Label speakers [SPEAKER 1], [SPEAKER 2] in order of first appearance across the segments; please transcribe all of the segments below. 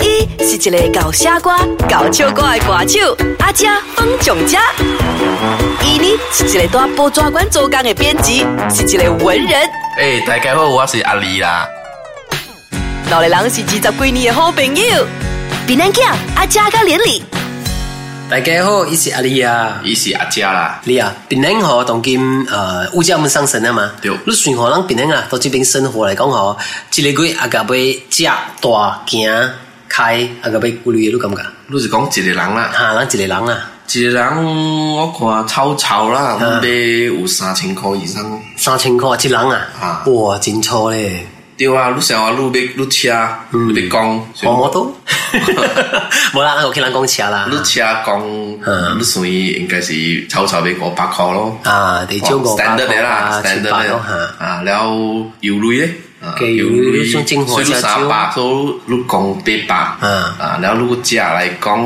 [SPEAKER 1] 伊是一个搞傻歌、搞笑歌的歌手，阿姐方强家。伊呢是一个在报纸馆做工的编辑，是一个文人。
[SPEAKER 2] 诶、大家好，我是阿丽啦。
[SPEAKER 1] 两个人是二十几年的好朋友。比咱囝阿姐甲连理，
[SPEAKER 3] 大家好，我是阿丽啊。
[SPEAKER 2] 伊是阿姐啦，
[SPEAKER 3] 丽啊，槟榔吼，当今呃物价们上升了嘛？
[SPEAKER 2] 对
[SPEAKER 3] 你算吼，咱槟榔啊，到这边生活来讲吼，一个月阿个要食大行开，阿个要几类你感觉？
[SPEAKER 2] 你是讲一个人啦，
[SPEAKER 3] 哈、咱一个人啊，
[SPEAKER 2] 一个人我看超潮啦，
[SPEAKER 3] 嗯
[SPEAKER 2] 买有三千块以上。
[SPEAKER 3] 三千块一人啊，
[SPEAKER 2] 啊
[SPEAKER 3] 哇，真粗咧，
[SPEAKER 2] 对啊，你想啊，你买你车，你买讲，
[SPEAKER 3] 我我都， 无啦，咱有去咱讲车啦
[SPEAKER 2] 你，车讲，
[SPEAKER 3] 嗯
[SPEAKER 2] 你算应该是超潮买五百块咯。哦
[SPEAKER 3] 啊，得少五百
[SPEAKER 2] standard
[SPEAKER 3] 块
[SPEAKER 2] 的啦
[SPEAKER 3] 啊，
[SPEAKER 2] ，standard
[SPEAKER 3] 七百
[SPEAKER 2] 的
[SPEAKER 3] 咯哈，
[SPEAKER 2] 啊，了油类咧。啊
[SPEAKER 3] 给油类你算精华
[SPEAKER 2] 所以你
[SPEAKER 3] 加
[SPEAKER 2] 三
[SPEAKER 3] 酒
[SPEAKER 2] 百，所以你讲八百，
[SPEAKER 3] 啊
[SPEAKER 2] 啊，然后如果价来讲，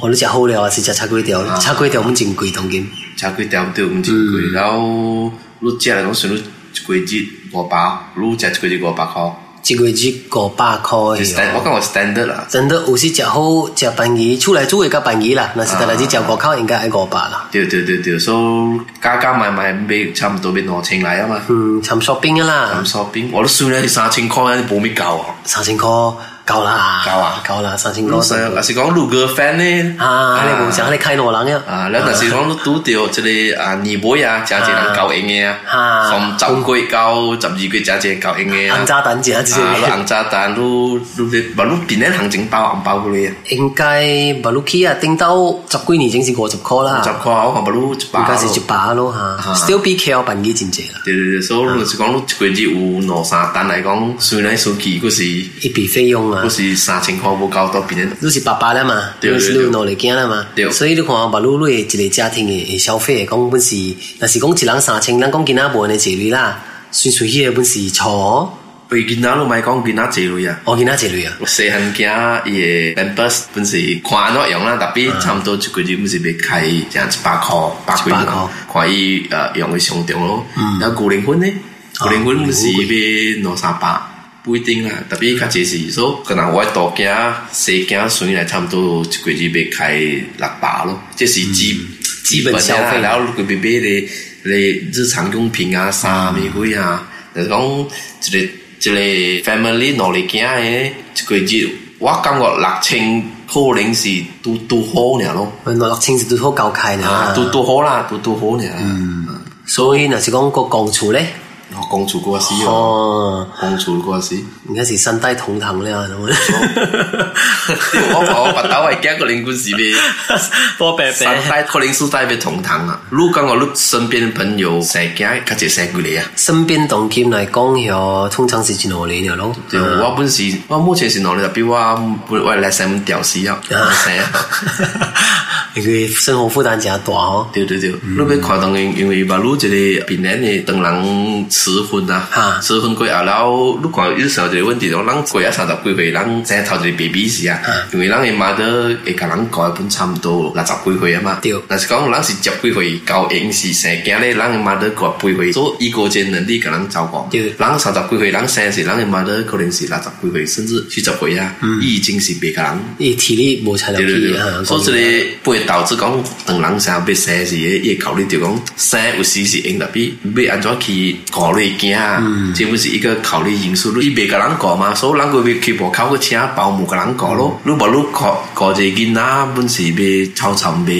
[SPEAKER 3] 我你食好料啊，是食差几条，差几条我们真贵当今，
[SPEAKER 2] 差几条对唔真贵，然后你价来讲，算你一个月五百，你食一个月五百块，
[SPEAKER 3] 一个月五百块
[SPEAKER 2] 就
[SPEAKER 3] 的
[SPEAKER 2] stand，我
[SPEAKER 3] 哦。
[SPEAKER 2] 感觉 standard 啦，
[SPEAKER 3] 真的有时食好食便宜，厝内煮会较便宜啦。
[SPEAKER 2] 啊
[SPEAKER 3] 若是单单只食外口应该爱五百啦。
[SPEAKER 2] 对对对对，所以加加埋埋买差唔多要两千来啊嘛，
[SPEAKER 3] 嗯，参 shopping 啊啦
[SPEAKER 2] 咁，shopping，我都算咧三千块，你冇咩夠啊？
[SPEAKER 3] 三千块够啦，
[SPEAKER 2] 夠啊
[SPEAKER 3] 够啦，三千
[SPEAKER 2] 老實若
[SPEAKER 3] 块。
[SPEAKER 2] 是講如果 friend 咧，
[SPEAKER 3] 啊，你无想你开两人呀？
[SPEAKER 2] 啊，咱若是讲拄着即个啊年尾啊，真侪人交应嘅啊，
[SPEAKER 3] 啊
[SPEAKER 2] 从十月到十二月真侪人交应嘅
[SPEAKER 3] 红
[SPEAKER 2] 啊。
[SPEAKER 3] 炸弹食即
[SPEAKER 2] 啊，你
[SPEAKER 3] 个，
[SPEAKER 2] 红炸弹，你你无你变咧行情包红包嗰类
[SPEAKER 3] 应该无路去啊，顶到十几年前是五十块
[SPEAKER 2] 啊，十
[SPEAKER 3] 啦，
[SPEAKER 2] 块啊我看无你一百
[SPEAKER 3] 应该
[SPEAKER 2] 咯。
[SPEAKER 3] 是一百咯哈，still 比 K 便宜真济啦，
[SPEAKER 2] 对对对，所以若是講你一個月有兩三單嚟講，算嚟算去，嗰是
[SPEAKER 3] 一笔费用啊
[SPEAKER 2] 嗰。是三千塊冇交到變咧。
[SPEAKER 3] 你是爸爸了嘛，
[SPEAKER 2] 对
[SPEAKER 3] 你
[SPEAKER 2] 对
[SPEAKER 3] 是
[SPEAKER 2] 对
[SPEAKER 3] 你有努力囝了嘛
[SPEAKER 2] 对，
[SPEAKER 3] 所以你看，把你你的一个家庭的的消费，讲本是，若是讲一人三千，咱讲今仔无的一类啦，算算迄个本是错哦，
[SPEAKER 2] 被囡仔都咪講囡仔坐類啊。
[SPEAKER 3] 哦今仔一类啊，
[SPEAKER 2] 我细汉囝伊诶 members 本是看安怎用啦，特
[SPEAKER 3] 啊
[SPEAKER 2] 别差毋多一个月本是要开正一百箍，百几
[SPEAKER 3] 100
[SPEAKER 2] 啦
[SPEAKER 3] 块，嗯
[SPEAKER 2] 看伊呃用诶上中咯。然后旧零分呢，旧
[SPEAKER 3] 哦
[SPEAKER 2] 零分本是要两三百，不一定啦，特别较济是所以可能我的大囝、细囝算起来差毋多一个月要开六百咯，这是基
[SPEAKER 3] 嗯基本消费
[SPEAKER 2] 的啦然后如果别别咧咧日常用品啊、衫咪鬼啊，
[SPEAKER 3] 嗯
[SPEAKER 2] 就是讲一个一个 family 努力囝诶，一个月我感觉六千可能是拄拄好尔咯，
[SPEAKER 3] 我六千是拄好交开
[SPEAKER 2] 啊，
[SPEAKER 3] 啦，
[SPEAKER 2] 拄拄好啦，拄拄好尔。嗯，
[SPEAKER 3] 所以若是讲个公厝咧，
[SPEAKER 2] 我公主过死哦，
[SPEAKER 3] 哦，
[SPEAKER 2] 公主过死。
[SPEAKER 3] 应该是三代同堂了，啊懂吗？
[SPEAKER 2] 我我我斗系惊可能故事咩？
[SPEAKER 3] 多白
[SPEAKER 2] 三代可能四代要同堂啊！如果我你身边的朋友生囝，较济生几个啊？
[SPEAKER 3] 身边动金来讲，哦，通常是真努力了咯，
[SPEAKER 2] 对，我本是，我目前是努力，特别我我我来生屌丝啊，生啊，
[SPEAKER 3] 因为生活负担真大哦。
[SPEAKER 2] 对对对，你要看当因因为吧，你一个闽南的当人迟婚啊
[SPEAKER 3] 哈，
[SPEAKER 2] 迟婚过后，然后你看有时候一个问题，讲咱过啊三十几岁，咱生头一个 baby 时啊，因为咱的 mother 会甲咱教一本差唔多六十几岁啊嘛，
[SPEAKER 3] 对
[SPEAKER 2] 但是讲咱是十几岁教婴是生囝咧，咱的 mother 教八岁，所以伊个这能力甲咱照顾，
[SPEAKER 3] 对
[SPEAKER 2] 咱三十几岁，咱生是咱的 mother 可能是六十几岁，甚至七十岁啊，
[SPEAKER 3] 嗯
[SPEAKER 2] 伊已经是别个人。
[SPEAKER 3] 伊体力无差落
[SPEAKER 2] 对对
[SPEAKER 3] 去
[SPEAKER 2] 对
[SPEAKER 3] 啊，，
[SPEAKER 2] 嗯所以这个不会导致讲当人生要生时，也考虑到讲生有时是应特别要安怎去考虑囝，这不是一个考虑因素。你别个人讲嘛，所以人个要去外口去请保姆个人讲咯。你无你搞搞一个囡仔，本是要超长要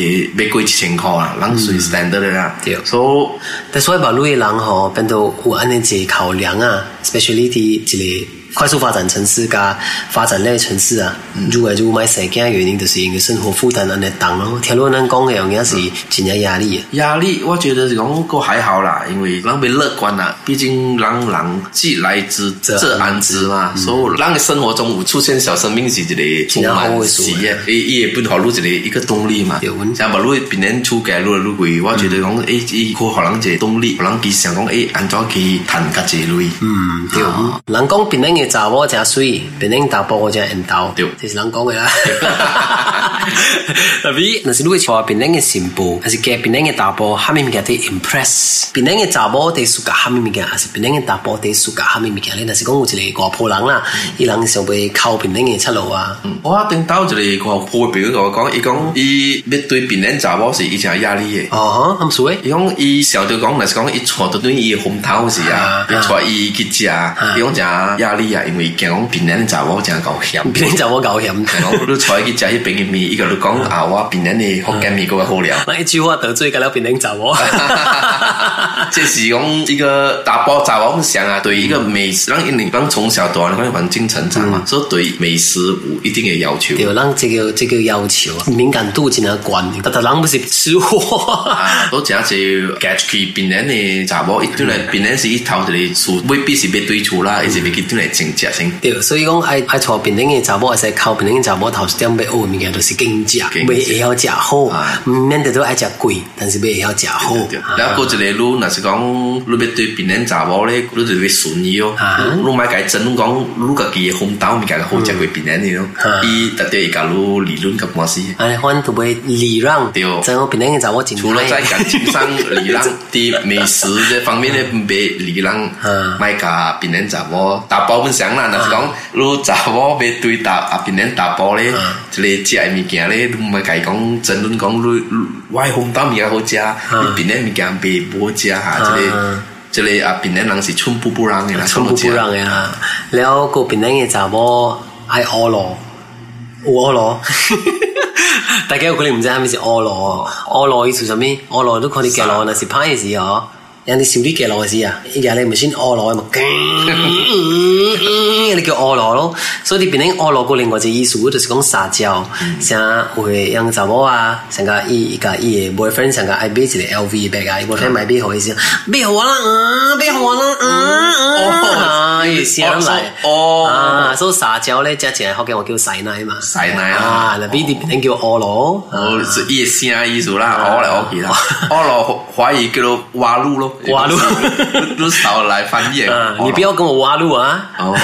[SPEAKER 2] 要过一千块啊，人随 standard 的啦。
[SPEAKER 3] 对
[SPEAKER 2] 所
[SPEAKER 3] 但所以把路的人吼、变到有安尼一个考量啊，especially 伫一个快速发展城市加发展类的城市啊，如果如买生囝的原因，就是因为生活负担安尼重咯。听落咱讲的，有影是真正压力的。
[SPEAKER 2] 以压力，我觉得是讲个还好啦，因为人别乐观啦，毕竟人人既来之
[SPEAKER 3] 则
[SPEAKER 2] 则安之嘛，所以人的生活中有出现小生命是一个充满喜悦，伊伊也不好入一个一个动力嘛
[SPEAKER 3] 对阮。
[SPEAKER 2] 像把路别人出街路路贵，我觉得讲诶，伊可互人一个动力，互人去想讲诶，安怎去趁较济类。嗯，
[SPEAKER 3] 对，人讲槟榔嘅嘅查某真水，变定打波我真唔到，
[SPEAKER 2] 對
[SPEAKER 3] 这是人讲嘅啦。 特別若是你會坐邊頂嘅船部，若是嘅邊頂嘅大波，下面物件啲 impress，邊頂嘅查某啲暑假下面物件，還是邊頂嘅大波啲暑假下面物件咧？若是講有一個外婆人啦，伊人上會靠邊頂嘅出路啊。
[SPEAKER 2] 我顶到一个我配表我讲，伊讲伊要对别人查某是伊真有压力嘅。
[SPEAKER 3] 哦，咁所以
[SPEAKER 2] 伊讲伊小弟讲，若是讲伊娶到对伊红头时啊
[SPEAKER 3] 啊，
[SPEAKER 2] 伊娶伊去食，伊讲真压力啊，因为惊讲别人查某真够嫌。
[SPEAKER 3] 邊頂就我搞險。
[SPEAKER 2] 讲你娶去食迄边嘅面，伊甲你讲啊，我别人嘅福建面够好 料。
[SPEAKER 3] 那一句話得罪㗎啦，邊頂就 我。
[SPEAKER 2] 这是讲一个打包杂我们想啊，对一个美食，让你让从小到大的环境成长嘛，所以对美食有一定的要求。
[SPEAKER 3] 嗯对，咱这个这个要求啊，敏感度真系悬，但但人不是吃货。
[SPEAKER 2] 啊，都真是家去槟榔的查某，一转来槟榔是一头一个厝，未必是要对厝啦，伊是要去转来种食先。
[SPEAKER 3] 对，所以讲爱爱坐边顶嘅查某，爱食靠边顶嘅查某头一点要学物件，就是经济，
[SPEAKER 2] 经
[SPEAKER 3] 袂
[SPEAKER 2] 济
[SPEAKER 3] 会晓食好
[SPEAKER 2] 啊，
[SPEAKER 3] 唔免得都爱食贵，但是袂会晓食好。啊
[SPEAKER 2] 然后过一个，你若是讲你要对槟榔查某咧，你就要顺伊哦
[SPEAKER 3] 啊。
[SPEAKER 2] 你莫甲伊争论讲，你家己的红豆咪家己好食过槟榔的咯
[SPEAKER 3] 啊。
[SPEAKER 2] 伊特别会甲你理论甲官司。
[SPEAKER 3] 安尼，阮都袂礼让，
[SPEAKER 2] 对
[SPEAKER 3] 真我边顶嘅查某真
[SPEAKER 2] 除了在
[SPEAKER 3] 歹。
[SPEAKER 2] 感情上礼让的美食这方面的别礼 让
[SPEAKER 3] 嗯，
[SPEAKER 2] 卖甲别人查某打包分享啦，若是讲如查某被对打啊，别人打包咧
[SPEAKER 3] 嗯，
[SPEAKER 2] 一个食的物件咧，你莫甲伊讲争论讲你你我的红豆物件好食，
[SPEAKER 3] 嗯
[SPEAKER 2] 你别人物件被无食啊哈，这个
[SPEAKER 3] 嗯
[SPEAKER 2] 这个啊，别人人是寸步不让的啦，
[SPEAKER 3] 寸步不让嗯嘅啦。了，个边顶嘅查某爱恶咯，有恶咯。大家有可能唔知係咪是惡羅，惡羅意思什麼？惡羅都可能嘅羅，那是歹嘅事哦。人哋少啲嘅羅事啊，而家你咪先惡羅，咪 你叫惡羅咯。所以你變成惡羅個另外一個意思，就是講撒嬌，像會養查某啊，像個伊伊個伊嘅 boyfriend，像個愛買一個 LV bag 啊，伊 boyfriend 買俾好意思，俾我啦，嗯，俾我啦，嗯，啊，意思嚟，啊，所以撒嬌咧，即係福建話叫洗奶嘛，
[SPEAKER 2] 晒奶
[SPEAKER 3] 啊，那邊啲變成叫惡羅。
[SPEAKER 2] 哦，是一些啊意思啦，
[SPEAKER 3] 嗯
[SPEAKER 2] 我来我给 啦，我老怀疑叫做挖路咯，
[SPEAKER 3] 挖 路
[SPEAKER 2] 都少来翻译。
[SPEAKER 3] 啊，你不要跟我挖路啊
[SPEAKER 2] 哦。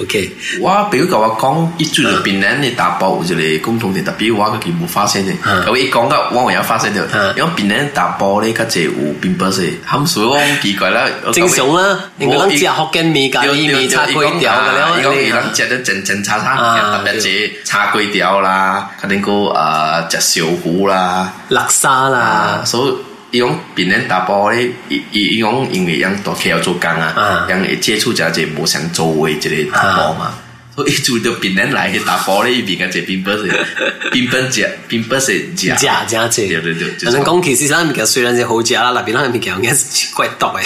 [SPEAKER 3] ！OK，
[SPEAKER 2] 我比如甲我讲，伊做着闽南的打包有一个共同点，特别我家己冇发现的。
[SPEAKER 3] 嗯
[SPEAKER 2] 咁伊讲到我也有发现着
[SPEAKER 3] 嗯，
[SPEAKER 2] 因为闽南打包咧，较侪有并不是，含所以我很奇怪啦。
[SPEAKER 3] 正常啦，你
[SPEAKER 2] 我
[SPEAKER 3] 講食福建面咖喱面叉粿條嘅了，
[SPEAKER 2] 伊讲伊
[SPEAKER 3] 你
[SPEAKER 2] 人食得整整叉叉，
[SPEAKER 3] 啊
[SPEAKER 2] 特别是叉粿条啦，可能个啊食小糊啦。
[SPEAKER 3] 垃圾
[SPEAKER 2] 啊，
[SPEAKER 3] 啦，
[SPEAKER 2] 所以伊讲别人打包咧，伊伊伊讲因为人大企业做工啊
[SPEAKER 3] 啊，
[SPEAKER 2] 人会接触者就无想做为一个打包嘛。所以做到别人来去打包咧，伊边个就并不是，并不是食，并不是食
[SPEAKER 3] 食真济。
[SPEAKER 2] 对对对，就
[SPEAKER 3] 但
[SPEAKER 2] 是
[SPEAKER 3] 是
[SPEAKER 2] 讲
[SPEAKER 3] 講其實咱物件雖然是好食啦，內邊咱物件應該是怪毒嘅。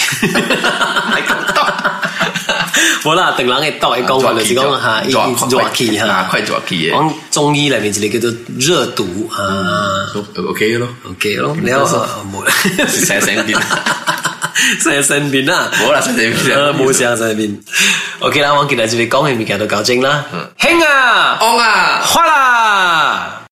[SPEAKER 3] 無啦，定人嘅毒嘅講法就是講嚇，伊熱氣
[SPEAKER 2] 啊
[SPEAKER 3] 嚇，，
[SPEAKER 2] 快热气嘅
[SPEAKER 3] 講中醫裏面一個叫做熱毒啊。
[SPEAKER 2] ，OK 咯，
[SPEAKER 3] OK 咯，你好，冇 uh,
[SPEAKER 2] 成成点，
[SPEAKER 3] 成身邊啦。
[SPEAKER 2] 冇啦，成成
[SPEAKER 3] 呃，
[SPEAKER 2] 点，
[SPEAKER 3] 冇声上面。OK 啦，我今日就嚟讲嘅物件就搞清啦。兴啊，
[SPEAKER 2] 昂啊！
[SPEAKER 3] 花啦！